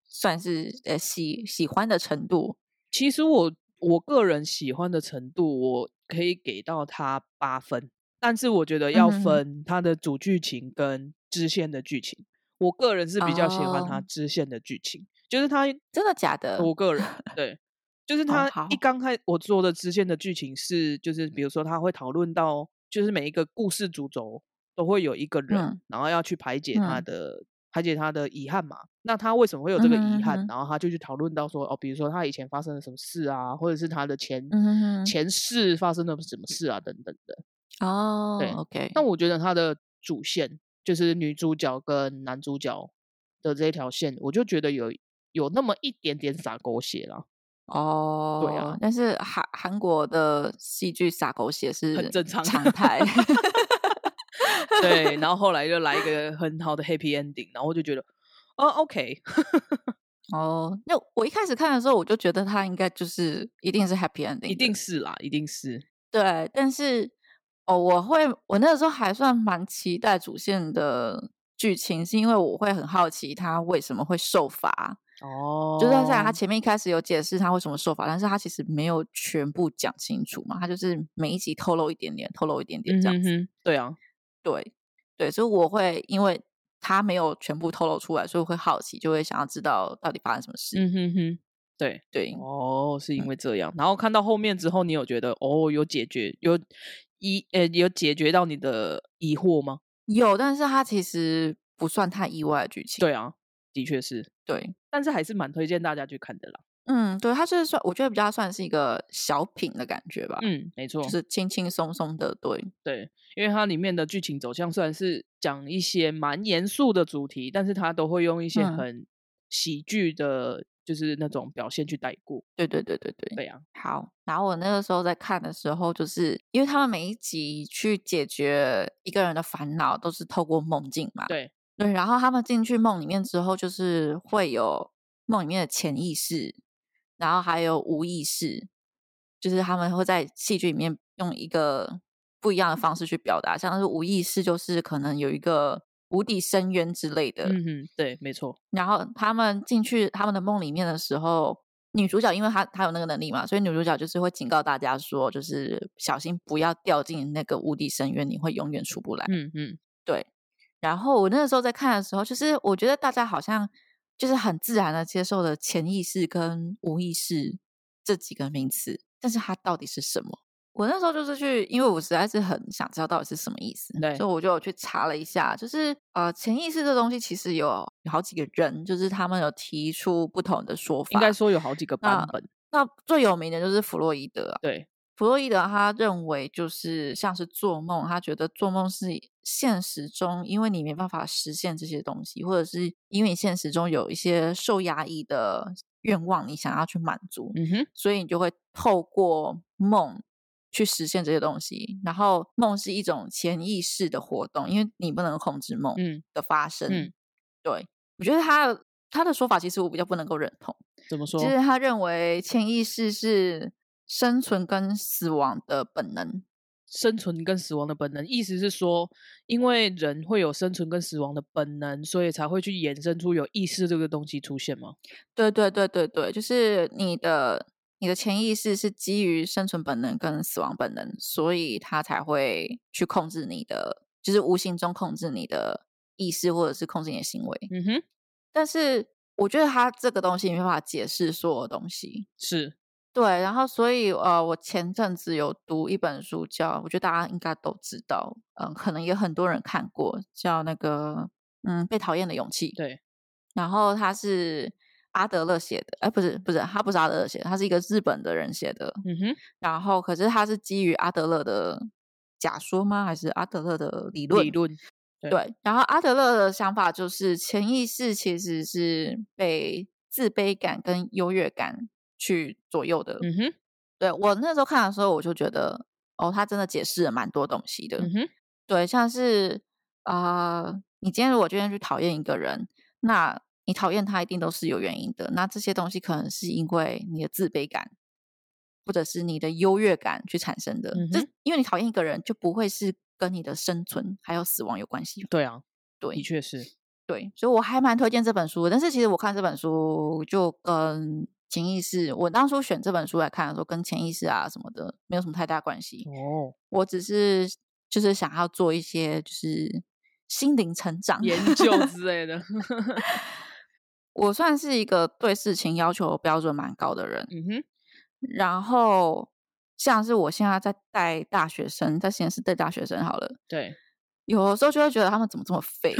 Speaker 2: 算是呃喜喜欢的程度，
Speaker 1: 其实我我个人喜欢的程度，我可以给到它八分，但是我觉得要
Speaker 2: 嗯哼哼
Speaker 1: 分它的主剧情跟支线的剧情。我个人是比较喜欢它
Speaker 2: 哦
Speaker 1: 支线的剧情，就是它
Speaker 2: 真的假的？
Speaker 1: 我个人对，就是
Speaker 2: 哦
Speaker 1: 他一
Speaker 2: 好
Speaker 1: 刚开我做的支线的剧情是，就是比如说他会讨论到，就是每一个故事主轴都会有一个人，
Speaker 2: 嗯
Speaker 1: 然后要去排解他
Speaker 2: 嗯
Speaker 1: 的、排解他的遗憾嘛。那他为什么会有这个
Speaker 2: 嗯哼
Speaker 1: 遗憾？
Speaker 2: 嗯哼
Speaker 1: 然后他就去讨论到说，哦，比如说他以前发生了什么事啊，或者是他的前、
Speaker 2: 嗯哼哼，
Speaker 1: 前世发生了什么事啊，等等的。对啊
Speaker 2: 哦，OK，
Speaker 1: 但我觉得它的主线就是女主角跟男主角的这一条线，我就觉得有有那么一点点洒狗血啦，
Speaker 2: 哦，但是韩韩国的戏剧撒狗血是
Speaker 1: 很正常。
Speaker 2: 常 态，
Speaker 1: 对，然后后来就来一个很好的 happy ending，然后我就觉得，哦，OK，
Speaker 2: 哦，那我一开始看的时候，我就觉得他应该就是一定是 happy ending，
Speaker 1: 一
Speaker 2: 的
Speaker 1: 定是啦，一定是，
Speaker 2: 对，但是哦，我会，我那个时候还算蛮期待主线的剧情，是因为我会很好奇他为什么会受罚。
Speaker 1: 哦
Speaker 2: 就是虽然他前面一开始有解释他为什么受罚，但是他其实没有全部讲清楚嘛，他就是每一集透露一点点，透露一点点
Speaker 1: 嗯
Speaker 2: 这样
Speaker 1: 哼
Speaker 2: 子。
Speaker 1: 哼，对啊，
Speaker 2: 对对，所以我会因为他没有全部透露出来，所以我会好奇，就会想要知道到底发生什么事。
Speaker 1: 嗯哼哼，对，
Speaker 2: 对，
Speaker 1: 哦，是
Speaker 2: 嗯
Speaker 1: 因为这样。然后看到后面之后，你有觉得哦，有解决有疑呃有解决到你的疑惑吗？
Speaker 2: 有，但是它其实不算太意外的剧情。
Speaker 1: 对啊，的确是，
Speaker 2: 对，
Speaker 1: 但是还是蛮推荐大家去看的啦。
Speaker 2: 嗯，对，它就是算，我觉得比较算是一个小品的感觉吧，
Speaker 1: 嗯，没错，
Speaker 2: 就是轻轻松松的，对，
Speaker 1: 对，因为它里面的剧情走向虽然是讲一些蛮严肃的主题，但是它都会用一些
Speaker 2: 嗯
Speaker 1: 很喜剧的，就是那种表现去带过。
Speaker 2: 对对对对对。
Speaker 1: 对啊，
Speaker 2: 好，然后我那个时候在看的时候，就是因为他们每一集去解决一个人的烦恼，都是透过梦境嘛。
Speaker 1: 对
Speaker 2: 对，然后他们进去梦里面之后，就是会有梦里面的潜意识，然后还有无意识，就是他们会在戏剧里面用一个不一样的方式去表达，像是无意识就是可能有一个无底深渊之类的，
Speaker 1: 嗯哼，对，没错，
Speaker 2: 然后他们进去他们的梦里面的时候，女主角因为她她有那个能力嘛，所以女主角就是会警告大家说，就是小心不要掉进那个无底深渊，你会永远出不来。
Speaker 1: 嗯嗯，
Speaker 2: 对。然后我那个时候在看的时候，就是我觉得大家好像就是很自然的接受了潜意识跟无意识这几个名词，但是它到底是什么？我那时候就是去，因为我实在是很想知道到底是什么意思，
Speaker 1: 对
Speaker 2: 所以我就有去查了一下，就是呃，潜意识这东西其实有有好几个人，就是他们有提出不同的说法。
Speaker 1: 应该说有好几个版
Speaker 2: 那
Speaker 1: 本。
Speaker 2: 那最有名的就是弗洛伊德啊，
Speaker 1: 对，
Speaker 2: 弗洛伊德他认为就是像是做梦，他觉得做梦是现实中，因为你没办法实现这些东西，或者是因为你现实中有一些受压抑的愿望，你想要去满足，
Speaker 1: 嗯哼，
Speaker 2: 所以你就会透过梦去实现这些东西。然后梦是一种潜意识的活动，因为你不能控制梦
Speaker 1: 嗯
Speaker 2: 的发生。
Speaker 1: 嗯
Speaker 2: 对，我觉得他的他的说法其实我比较不能够认同。
Speaker 1: 怎么说
Speaker 2: 其？实他认为潜意识是生存跟死亡的本能。
Speaker 1: 生存跟死亡的本能，意思是说，因为人会有生存跟死亡的本能，所以才会去衍生出有意识这个东西出现吗？
Speaker 2: 对对对对对，就是你的你的潜意识是基于生存本能跟死亡本能，所以它才会去控制你的，就是无形中控制你的意识或者是控制你的行为。
Speaker 1: 嗯哼，
Speaker 2: 但是我觉得它这个东西没办法解释所有东西，
Speaker 1: 是，
Speaker 2: 对，然后所以呃，我前阵子有读一本书叫，我觉得大家应该都知道，嗯，可能也很多人看过，叫那个嗯被讨厌的勇气。
Speaker 1: 对，
Speaker 2: 然后它是阿德勒写的，哎、不是不是，他不是阿德勒写的，他是一个日本的人写的。
Speaker 1: 嗯哼，
Speaker 2: 然后可是他是基于阿德勒的假说吗？还是阿德勒的理论？
Speaker 1: 理论，对
Speaker 2: 对，然后阿德勒的想法就是，潜意识其实是被自卑感跟优越感去左右的。
Speaker 1: 嗯哼，
Speaker 2: 对我那时候看的时候，我就觉得，哦，他真的解释了蛮多东西的。
Speaker 1: 嗯哼，
Speaker 2: 对，像是啊、呃你今天如果今天去讨厌一个人，那你讨厌他一定都是有原因的。那这些东西可能是因为你的自卑感，或者是你的优越感去产生的。
Speaker 1: 嗯
Speaker 2: 这
Speaker 1: 哼
Speaker 2: 因为你讨厌一个人，就不会是跟你的生存还有死亡有关系嘛。
Speaker 1: 对啊，
Speaker 2: 对
Speaker 1: 的确是，
Speaker 2: 对，所以我还蛮推荐这本书的。但是其实我看这本书就跟潜意识，我当初选这本书来看的时候，跟潜意识啊什么的没有什么太大关系。
Speaker 1: 哦，
Speaker 2: 我只是就是想要做一些就是心灵成长
Speaker 1: 研究之类的，
Speaker 2: 我算是一个对事情要求标准蛮高的人，
Speaker 1: 嗯哼，
Speaker 2: 然后像是我现在在带大学生，在实验室带大学生好了，
Speaker 1: 对，
Speaker 2: 有的时候就会觉得他们怎么这 么废，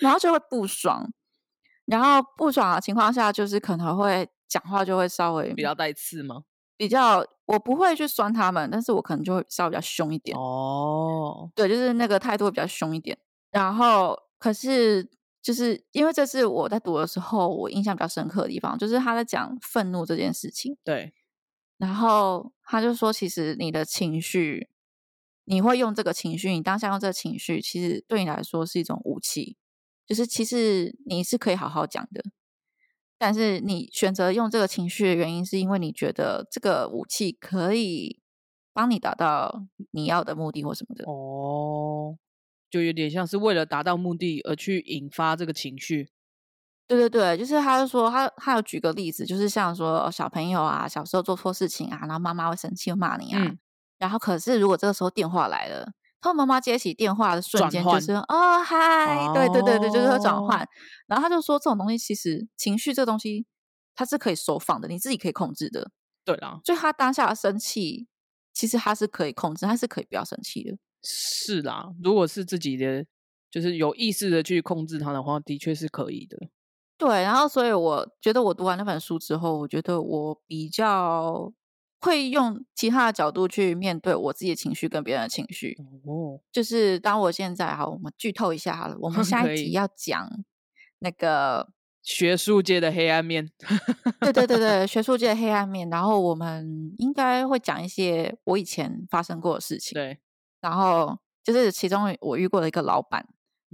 Speaker 2: 然后就会不爽，然后不爽的情况下，就是可能会讲话就会稍微
Speaker 1: 比较带刺吗？
Speaker 2: 比较，我不会去酸他们，但是我可能就会稍微比较凶一点。
Speaker 1: 哦，
Speaker 2: 对，就是那个态度会比较凶一点。然后，可是就是因为这是我在读的时候，我印象比较深刻的地方，就是他在讲愤怒这件事情。
Speaker 1: 对，
Speaker 2: 然后他就说，其实你的情绪，你会用这个情绪，你当下用这个情绪，其实对你来说是一种武器，就是其实你是可以好好讲的。但是你选择用这个情绪的原因，是因为你觉得这个武器可以帮你达到你要的目的或什么的。
Speaker 1: 哦，就有点像是为了达到目的而去引发这个情绪，
Speaker 2: 对对对，就是他就说他他有举个例子，就是像说哦小朋友啊，小时候做错事情啊，然后妈妈会生气会骂你啊，
Speaker 1: 嗯
Speaker 2: 然后可是如果这个时候电话来了，他们妈妈接起电话的瞬
Speaker 1: 转
Speaker 2: 间就
Speaker 1: 换
Speaker 2: 是哦嗨，对对对对，就是会转
Speaker 1: 哦
Speaker 2: 换，然后他就说这种东西其实情绪这东西它是可以收放的，你自己可以控制的。
Speaker 1: 对啦，
Speaker 2: 所以他当下生气，其实他是可以控制，他是可以不要生气的。
Speaker 1: 是啦，如果是自己的，就是有意识的去控制它的话，的确是可以的。
Speaker 2: 对，然后所以我觉得我读完那本书之后，我觉得我比较会用其他的角度去面对我自己的情绪跟别人的情绪。
Speaker 1: 哦，
Speaker 2: 就是当我现在好，我们剧透一下好了， 我们下
Speaker 1: 可
Speaker 2: 一集
Speaker 1: 以
Speaker 2: 要讲那个，
Speaker 1: 学术界的黑暗面，
Speaker 2: 对对对对，学术界的黑暗面。然后我们应该会讲一些我以前发生过的事情。
Speaker 1: 对，
Speaker 2: 然后就是其中我遇过的一个老板，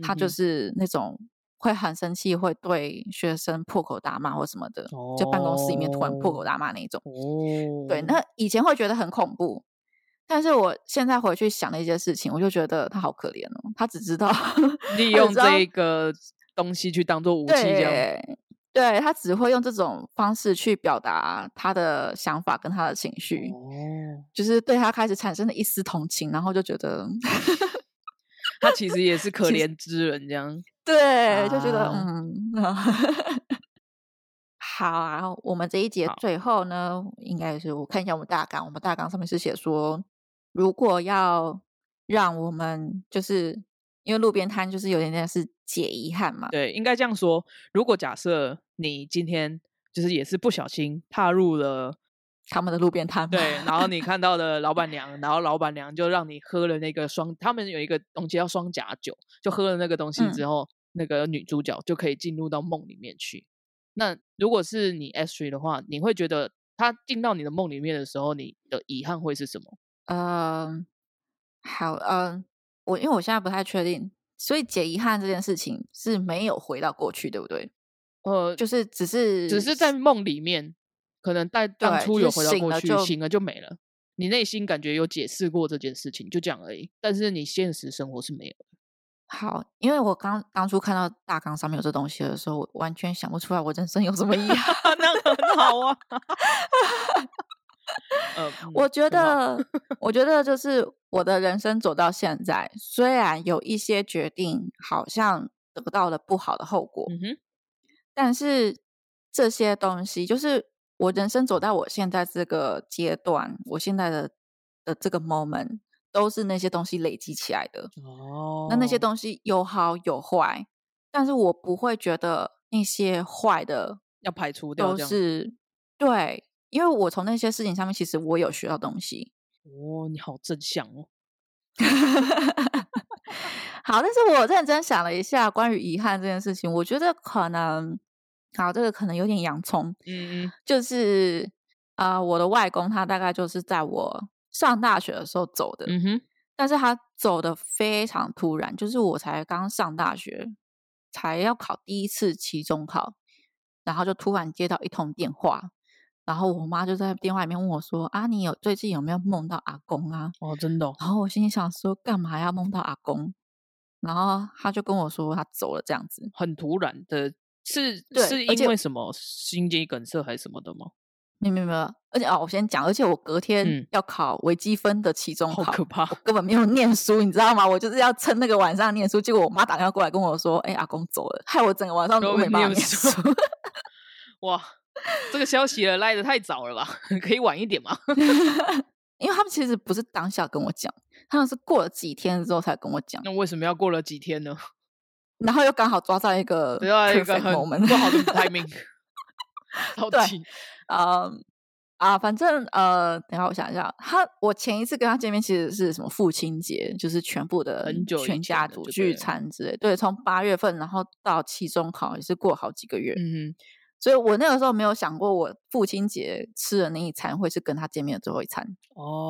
Speaker 2: 他就
Speaker 1: 嗯哼
Speaker 2: 是那种会很生气，会对学生破口大骂或什么的，就办公室里面突然破口
Speaker 1: 哦
Speaker 2: 大骂那一种。
Speaker 1: 哦，
Speaker 2: 对，那以前会觉得很恐怖，但是我现在回去想了一些事情，我就觉得他好可怜哦，他 只知道
Speaker 1: 利
Speaker 2: 我
Speaker 1: 用
Speaker 2: 知道
Speaker 1: 这一个东西去当做武器，这样
Speaker 2: 对。对他只会用这种方式去表达他的想法跟他的情绪，
Speaker 1: 哦，
Speaker 2: 就是对他开始产生了一丝同情，然后就 觉得
Speaker 1: 他其实 也是可怜之人，这样
Speaker 2: 对，就觉得
Speaker 1: 啊
Speaker 2: 嗯， 好啊。我们这一节
Speaker 1: 好
Speaker 2: 最后呢，应该是我看一下我们大纲，我们大纲上面是写说，如果要让我们就是因为路边摊就是有点点是解遗憾嘛，
Speaker 1: 对，应该这样说。如果假设你今天就是也是不小心踏入了
Speaker 2: 他们的路边摊嘛
Speaker 1: 对，然后你看到了老板娘，然后老板娘就让你喝了那个双，他们有一个东西叫双甲酒，就喝了那个东
Speaker 2: 嗯
Speaker 1: 西之后，那个女主角就可以进入到梦里面去。那如果是你 Ashley 的话，你会觉得她进到你的梦里面的时候，你的遗憾会是什么？
Speaker 2: 嗯，好，嗯，我因为我现在不太确定，所以解遗憾这件事情是没有回到过去，对不对？
Speaker 1: 呃，
Speaker 2: 就是只是
Speaker 1: 只是在梦里面，可能在当
Speaker 2: 对
Speaker 1: 初
Speaker 2: 就
Speaker 1: 有
Speaker 2: 是
Speaker 1: 回到
Speaker 2: 醒
Speaker 1: 过
Speaker 2: 了
Speaker 1: 去，
Speaker 2: 就
Speaker 1: 醒了就没了。你内心感觉有解释过这件事情，就这样而已。但是你现实生活是没有的。
Speaker 2: 好，因为我刚当初看到大纲上面有这东西的时候，我完全想不出来我人生有什么啊遗 憾。
Speaker 1: 那很好啊。呃， 嗯
Speaker 2: 我觉
Speaker 1: 很好
Speaker 2: 得，我觉得就是我的人生走到现在，虽然有一些决定好像得到了不好的后果，
Speaker 1: 嗯哼，
Speaker 2: 但是这些东西就是我人生走到我现在这个阶段，我现在的的这个 moment，都是那些东西累积起来的。
Speaker 1: 哦，
Speaker 2: 那那些东西有好有坏，但是我不会觉得那些坏的
Speaker 1: 要排除掉，
Speaker 2: 都
Speaker 1: 这样
Speaker 2: 是对，因为我从那些事情上面，其实我有学到东西。
Speaker 1: 哦，你好正向哦，
Speaker 2: 好，但是我认真想了一下关于遗憾这件事情，我觉得可能，好，这个可能有点洋葱，
Speaker 1: 嗯嗯，
Speaker 2: 就是啊、呃我的外公他大概就是在我上大学的时候走的，
Speaker 1: 嗯哼，
Speaker 2: 但是他走的非常突然，就是我才刚上大学，才要考第一次期中考，然后就突然接到一通电话，然后我妈就在电话里面问我说：“啊，你有最近有没有梦到阿公啊
Speaker 1: 哦，真的哦？”，
Speaker 2: 然后我心里想说，干嘛要梦到阿公？然后他就跟我说他走了这样子，
Speaker 1: 很突然的，是
Speaker 2: 对
Speaker 1: 是
Speaker 2: 而
Speaker 1: 因
Speaker 2: 且
Speaker 1: 为什么心肌梗塞还是什么的吗？
Speaker 2: 没有没有没有，而且哦，我先讲，而且我隔天
Speaker 1: 嗯
Speaker 2: 要考微积分的期中
Speaker 1: 好
Speaker 2: 考，
Speaker 1: 可怕
Speaker 2: 我根本没有念书，你知道吗？我就是要趁那个晚上念书，结果我妈打电话过来跟我说，哎、阿公走了，害我整个晚上
Speaker 1: 都
Speaker 2: 都
Speaker 1: 没
Speaker 2: 没办法
Speaker 1: 念
Speaker 2: 念
Speaker 1: 书
Speaker 2: 书。
Speaker 1: 哇，这个消息了来的太早了吧？可以晚一点吗？
Speaker 2: 因为他们其实不是当下跟我讲，他们是过了几天之后才跟我讲，
Speaker 1: 那为什么要过了几天呢？
Speaker 2: 然后又刚好抓到一个
Speaker 1: 得到一个
Speaker 2: 呃 perfect
Speaker 1: 很
Speaker 2: moment
Speaker 1: 不好 的 timing，到
Speaker 2: 对
Speaker 1: 底
Speaker 2: 呃啊，反正呃，等一下我想一下，他我前一次跟他见面其实是什么父亲节，就是全部的
Speaker 1: 很久以
Speaker 2: 全
Speaker 1: 前
Speaker 2: 家
Speaker 1: 了
Speaker 2: 族
Speaker 1: 就对
Speaker 2: 聚
Speaker 1: 了
Speaker 2: 餐之类，对，从八月份然后到期中考也是过好几个月，
Speaker 1: 嗯哼，
Speaker 2: 所以我那个时候没有想过我父亲节吃的那一餐会是跟他见面的最后一餐，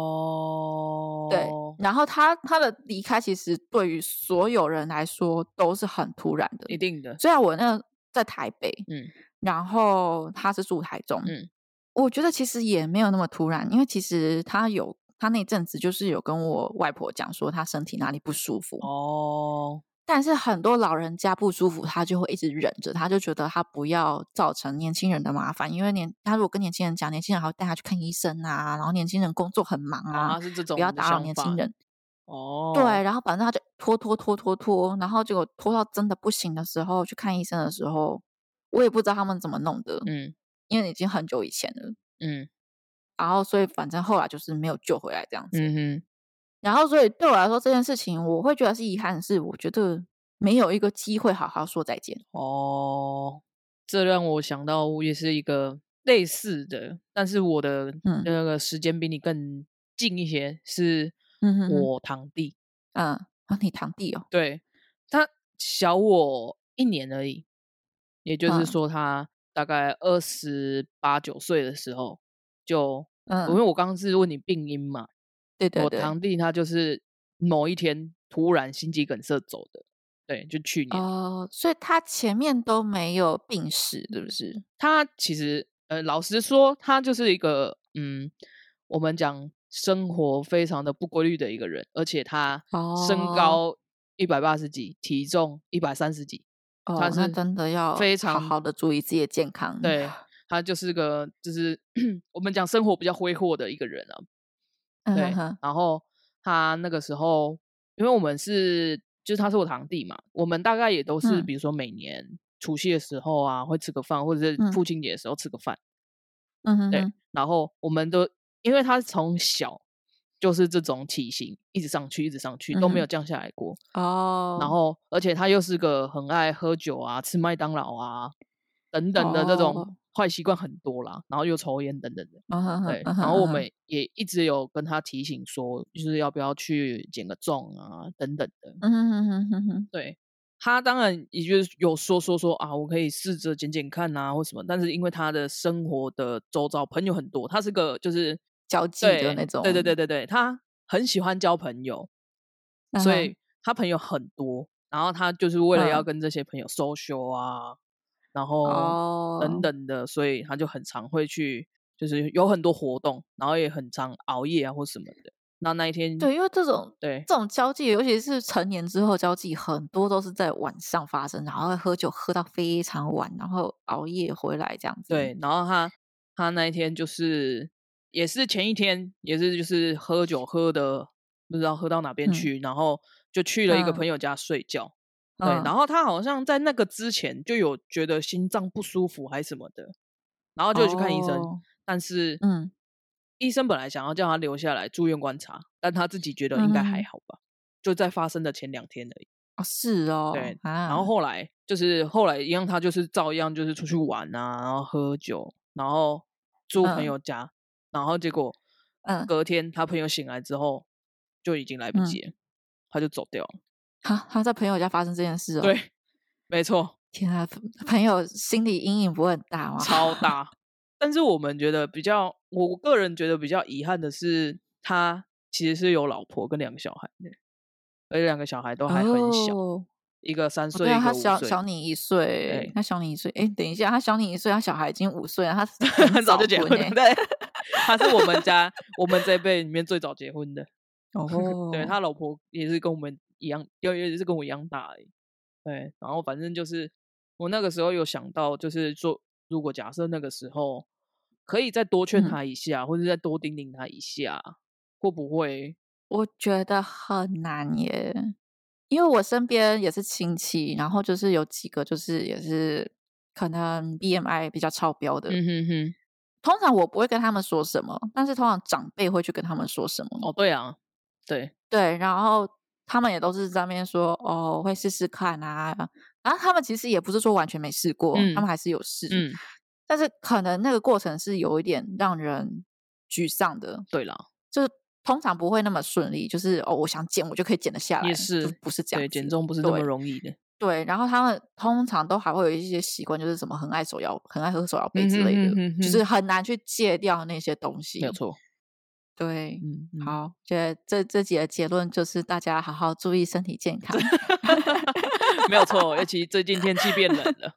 Speaker 1: 哦，
Speaker 2: 对，然后他他的离开其实对于所有人来说都是很突然的，
Speaker 1: 一定的，
Speaker 2: 虽然我那在台北，
Speaker 1: 嗯，
Speaker 2: 然后他是住台中，
Speaker 1: 嗯，
Speaker 2: 我觉得其实也没有那么突然，因为其实他有他那阵子就是有跟我外婆讲说他身体哪里不舒服，
Speaker 1: 哦，
Speaker 2: 但是很多老人家不舒服，他就会一直忍着，他就觉得他不要造成年轻人的麻烦，因为年他如果跟年轻人讲，年轻人还会带他去看医生啊，然后年轻人工作很忙啊，
Speaker 1: 啊，是这种
Speaker 2: 不要
Speaker 1: 的
Speaker 2: 打扰
Speaker 1: 想
Speaker 2: 年
Speaker 1: 法
Speaker 2: 轻人，
Speaker 1: 哦，
Speaker 2: 对，，然后反正他就拖拖拖拖拖，然后结果拖到真的不行的时候去看医生的时候，我也不知道他们怎么弄的，
Speaker 1: 嗯，
Speaker 2: 因为已经很久以前了，
Speaker 1: 嗯
Speaker 2: 然后所以反正后来就是没有救回来这样子。
Speaker 1: 嗯哼，
Speaker 2: 然后所以对我来说这件事情，我会觉得是遗憾，是我觉得没有一个机会好好说再见。
Speaker 1: 哦，这让我想到也是一个类似的，但是我的
Speaker 2: 嗯
Speaker 1: 那个时间比你更近一些，是
Speaker 2: 嗯哼哼
Speaker 1: 我堂弟，
Speaker 2: 嗯，啊，你堂弟哦，
Speaker 1: 对他小我一年而已，也就
Speaker 2: 嗯
Speaker 1: 是说他大概二十八九岁的时候就，因为
Speaker 2: 嗯，
Speaker 1: 我刚刚是问你病因嘛，
Speaker 2: 对对
Speaker 1: 我
Speaker 2: 对，
Speaker 1: 堂弟他就是某一天突然心肌梗塞走的，对，就去年。
Speaker 2: 哦，所以他前面都没有病史，是不是？
Speaker 1: 他其实呃，老实说，他就是一个嗯，我们讲生活非常的不规律的一个人，而且他身
Speaker 2: 哦
Speaker 1: 高一百八十几，体重一百三十几，
Speaker 2: 哦
Speaker 1: 他，
Speaker 2: 那
Speaker 1: 是
Speaker 2: 真的要
Speaker 1: 非
Speaker 2: 好
Speaker 1: 常
Speaker 2: 好的注意自己的健康。
Speaker 1: 对，他就是个就是 我们讲生活比较挥霍的一个人啊。
Speaker 2: 嗯
Speaker 1: 对
Speaker 2: 哼，哼，
Speaker 1: 然后他那个时候，因为我们是就是他是我堂弟嘛，我们大概也都是
Speaker 2: 嗯
Speaker 1: 比如说每年除夕的时候啊会吃个饭，或者是
Speaker 2: 嗯
Speaker 1: 父亲节的时候吃个饭。
Speaker 2: 嗯哼
Speaker 1: 对
Speaker 2: 哼，
Speaker 1: 然后我们都因为他从小就是这种体型，一直上去，一直上去都没
Speaker 2: 嗯
Speaker 1: 有降下来过。
Speaker 2: 哦，
Speaker 1: 然后，而且他又是个很爱喝酒啊、吃麦当劳啊等等的这种
Speaker 2: 哦
Speaker 1: 坏习惯很多啦，然后又抽烟等等的。
Speaker 2: 嗯哼哼，
Speaker 1: 对，
Speaker 2: 嗯哼
Speaker 1: 然后我
Speaker 2: 嗯哼
Speaker 1: 们也一直有跟他提醒说，就是要不要去减个重啊等等的。
Speaker 2: 嗯哼哼哼哼，
Speaker 1: 对他当然也就是有说说说啊，我可以试着减减看啊或什么，但是因为他的生活的周遭朋友很多，他是个就是
Speaker 2: 交际的
Speaker 1: 对
Speaker 2: 那种，
Speaker 1: 对对对对对，他很喜欢交朋友，
Speaker 2: 嗯
Speaker 1: 所
Speaker 2: 哼
Speaker 1: 以他朋友很多，然后他就是为了要
Speaker 2: 嗯
Speaker 1: 跟这些朋友 social 啊，然后
Speaker 2: 哦，
Speaker 1: 等等的，所以他就很常会去，就是有很多活动，然后也很常熬夜啊或什么的。那那一天，
Speaker 2: 对，因为这种
Speaker 1: 对
Speaker 2: 这种交际，尤其是成年之后交际，很多都是在晚上发生，然后喝酒喝到非常晚，然后熬夜回来这样子。
Speaker 1: 对，然后他他那一天就是也是前一天也是就是喝酒喝的不知道喝到哪边
Speaker 2: 嗯
Speaker 1: 去，然后就去了一个
Speaker 2: 嗯
Speaker 1: 朋友家睡觉。对，
Speaker 2: 嗯，
Speaker 1: 然后他好像在那个之前就有觉得心脏不舒服还是什么的，然后就有去看医生，
Speaker 2: 哦
Speaker 1: 但是
Speaker 2: 嗯
Speaker 1: 医生本来想要叫他留下来住院观察，但他自己觉得应该还
Speaker 2: 嗯
Speaker 1: 好吧，就在发生的前两天而已。
Speaker 2: 哦是哦，
Speaker 1: 对
Speaker 2: 啊，
Speaker 1: 然后后来就是后来一样，他就是照样就是出去玩啊，然后喝酒，然后住朋
Speaker 2: 嗯
Speaker 1: 友家，然后结果
Speaker 2: 嗯，
Speaker 1: 隔天他朋友醒来之后就已经来不
Speaker 2: 嗯
Speaker 1: 及了，他就走掉了。
Speaker 2: 他他在朋友家发生这件事哦，，
Speaker 1: 对，没错，
Speaker 2: 天啊，朋朋友心理阴影不会很大吗？
Speaker 1: 超大。但是我们觉得比较，我我个人觉得比较遗憾的是，他其实是有老婆跟两个小孩的，而且两个小孩都还很小，
Speaker 2: 哦
Speaker 1: 一个三
Speaker 2: 哦
Speaker 1: 岁，
Speaker 2: 对啊，
Speaker 1: 一
Speaker 2: 他
Speaker 1: 个五
Speaker 2: 小
Speaker 1: 岁，
Speaker 2: 小你一岁
Speaker 1: 对，
Speaker 2: 他小你一岁。哎，等一下，他小你一岁，他小孩已经五岁 了，他很
Speaker 1: 很 早
Speaker 2: 早
Speaker 1: 就结
Speaker 2: 婚
Speaker 1: 婚了。
Speaker 2: 欸
Speaker 1: 对，他是我们家我们这一辈里面最早结婚 的。
Speaker 2: 哦，
Speaker 1: 对他老婆也是跟我们一样，要也是跟我一样大而已。对，然后反正就是我那个时候有想到，就是说，如果假设那个时候可以再多劝
Speaker 2: 嗯
Speaker 1: 他一下，或者再多叮咛他一下，会不会？
Speaker 2: 我觉得很难耶，因为我身边也是亲戚，然后就是有几个就是也是可能 BMI 比较超标的。
Speaker 1: 嗯哼哼，
Speaker 2: 通常我不会跟他们说什么，但是通常长辈会去跟他们说什么。
Speaker 1: 哦，对啊，对，
Speaker 2: 对，然后他们也都是在那边说哦，会试试看啊。然后他们其实也不是说完全没试过，他
Speaker 1: 嗯
Speaker 2: 们还是有试，
Speaker 1: 嗯，
Speaker 2: 但是可能那个过程是有一点让人沮丧的，
Speaker 1: 对啦，
Speaker 2: 就是通常不会那么顺利，就是哦，我想减我就可以减得下来，
Speaker 1: 也，
Speaker 2: 就是不是这
Speaker 1: 对，
Speaker 2: 样
Speaker 1: 减
Speaker 2: 子。
Speaker 1: 重不是那么
Speaker 2: 对
Speaker 1: 容易的。
Speaker 2: 对，然后他们通常都还会有一些习惯，就是什么很爱手摇、很爱喝手摇杯
Speaker 1: 嗯
Speaker 2: 之
Speaker 1: 哼
Speaker 2: 类的，
Speaker 1: 哼哼
Speaker 2: 就
Speaker 1: 哼
Speaker 2: 是很难去戒掉那些东西
Speaker 1: 没有。错，
Speaker 2: 对，
Speaker 1: 嗯嗯，
Speaker 2: 好，觉得这这集的结论就是大家好好注意身体 健康。
Speaker 1: 没有错，尤其最近天气变冷了。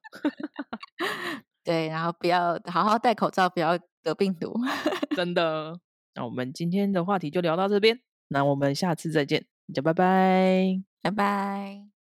Speaker 2: 对，然后不要好好戴口罩，不要得病毒。
Speaker 1: 真的。那我们今天的话题就聊到这边，那我们下次再见，大家拜拜。
Speaker 2: 拜拜。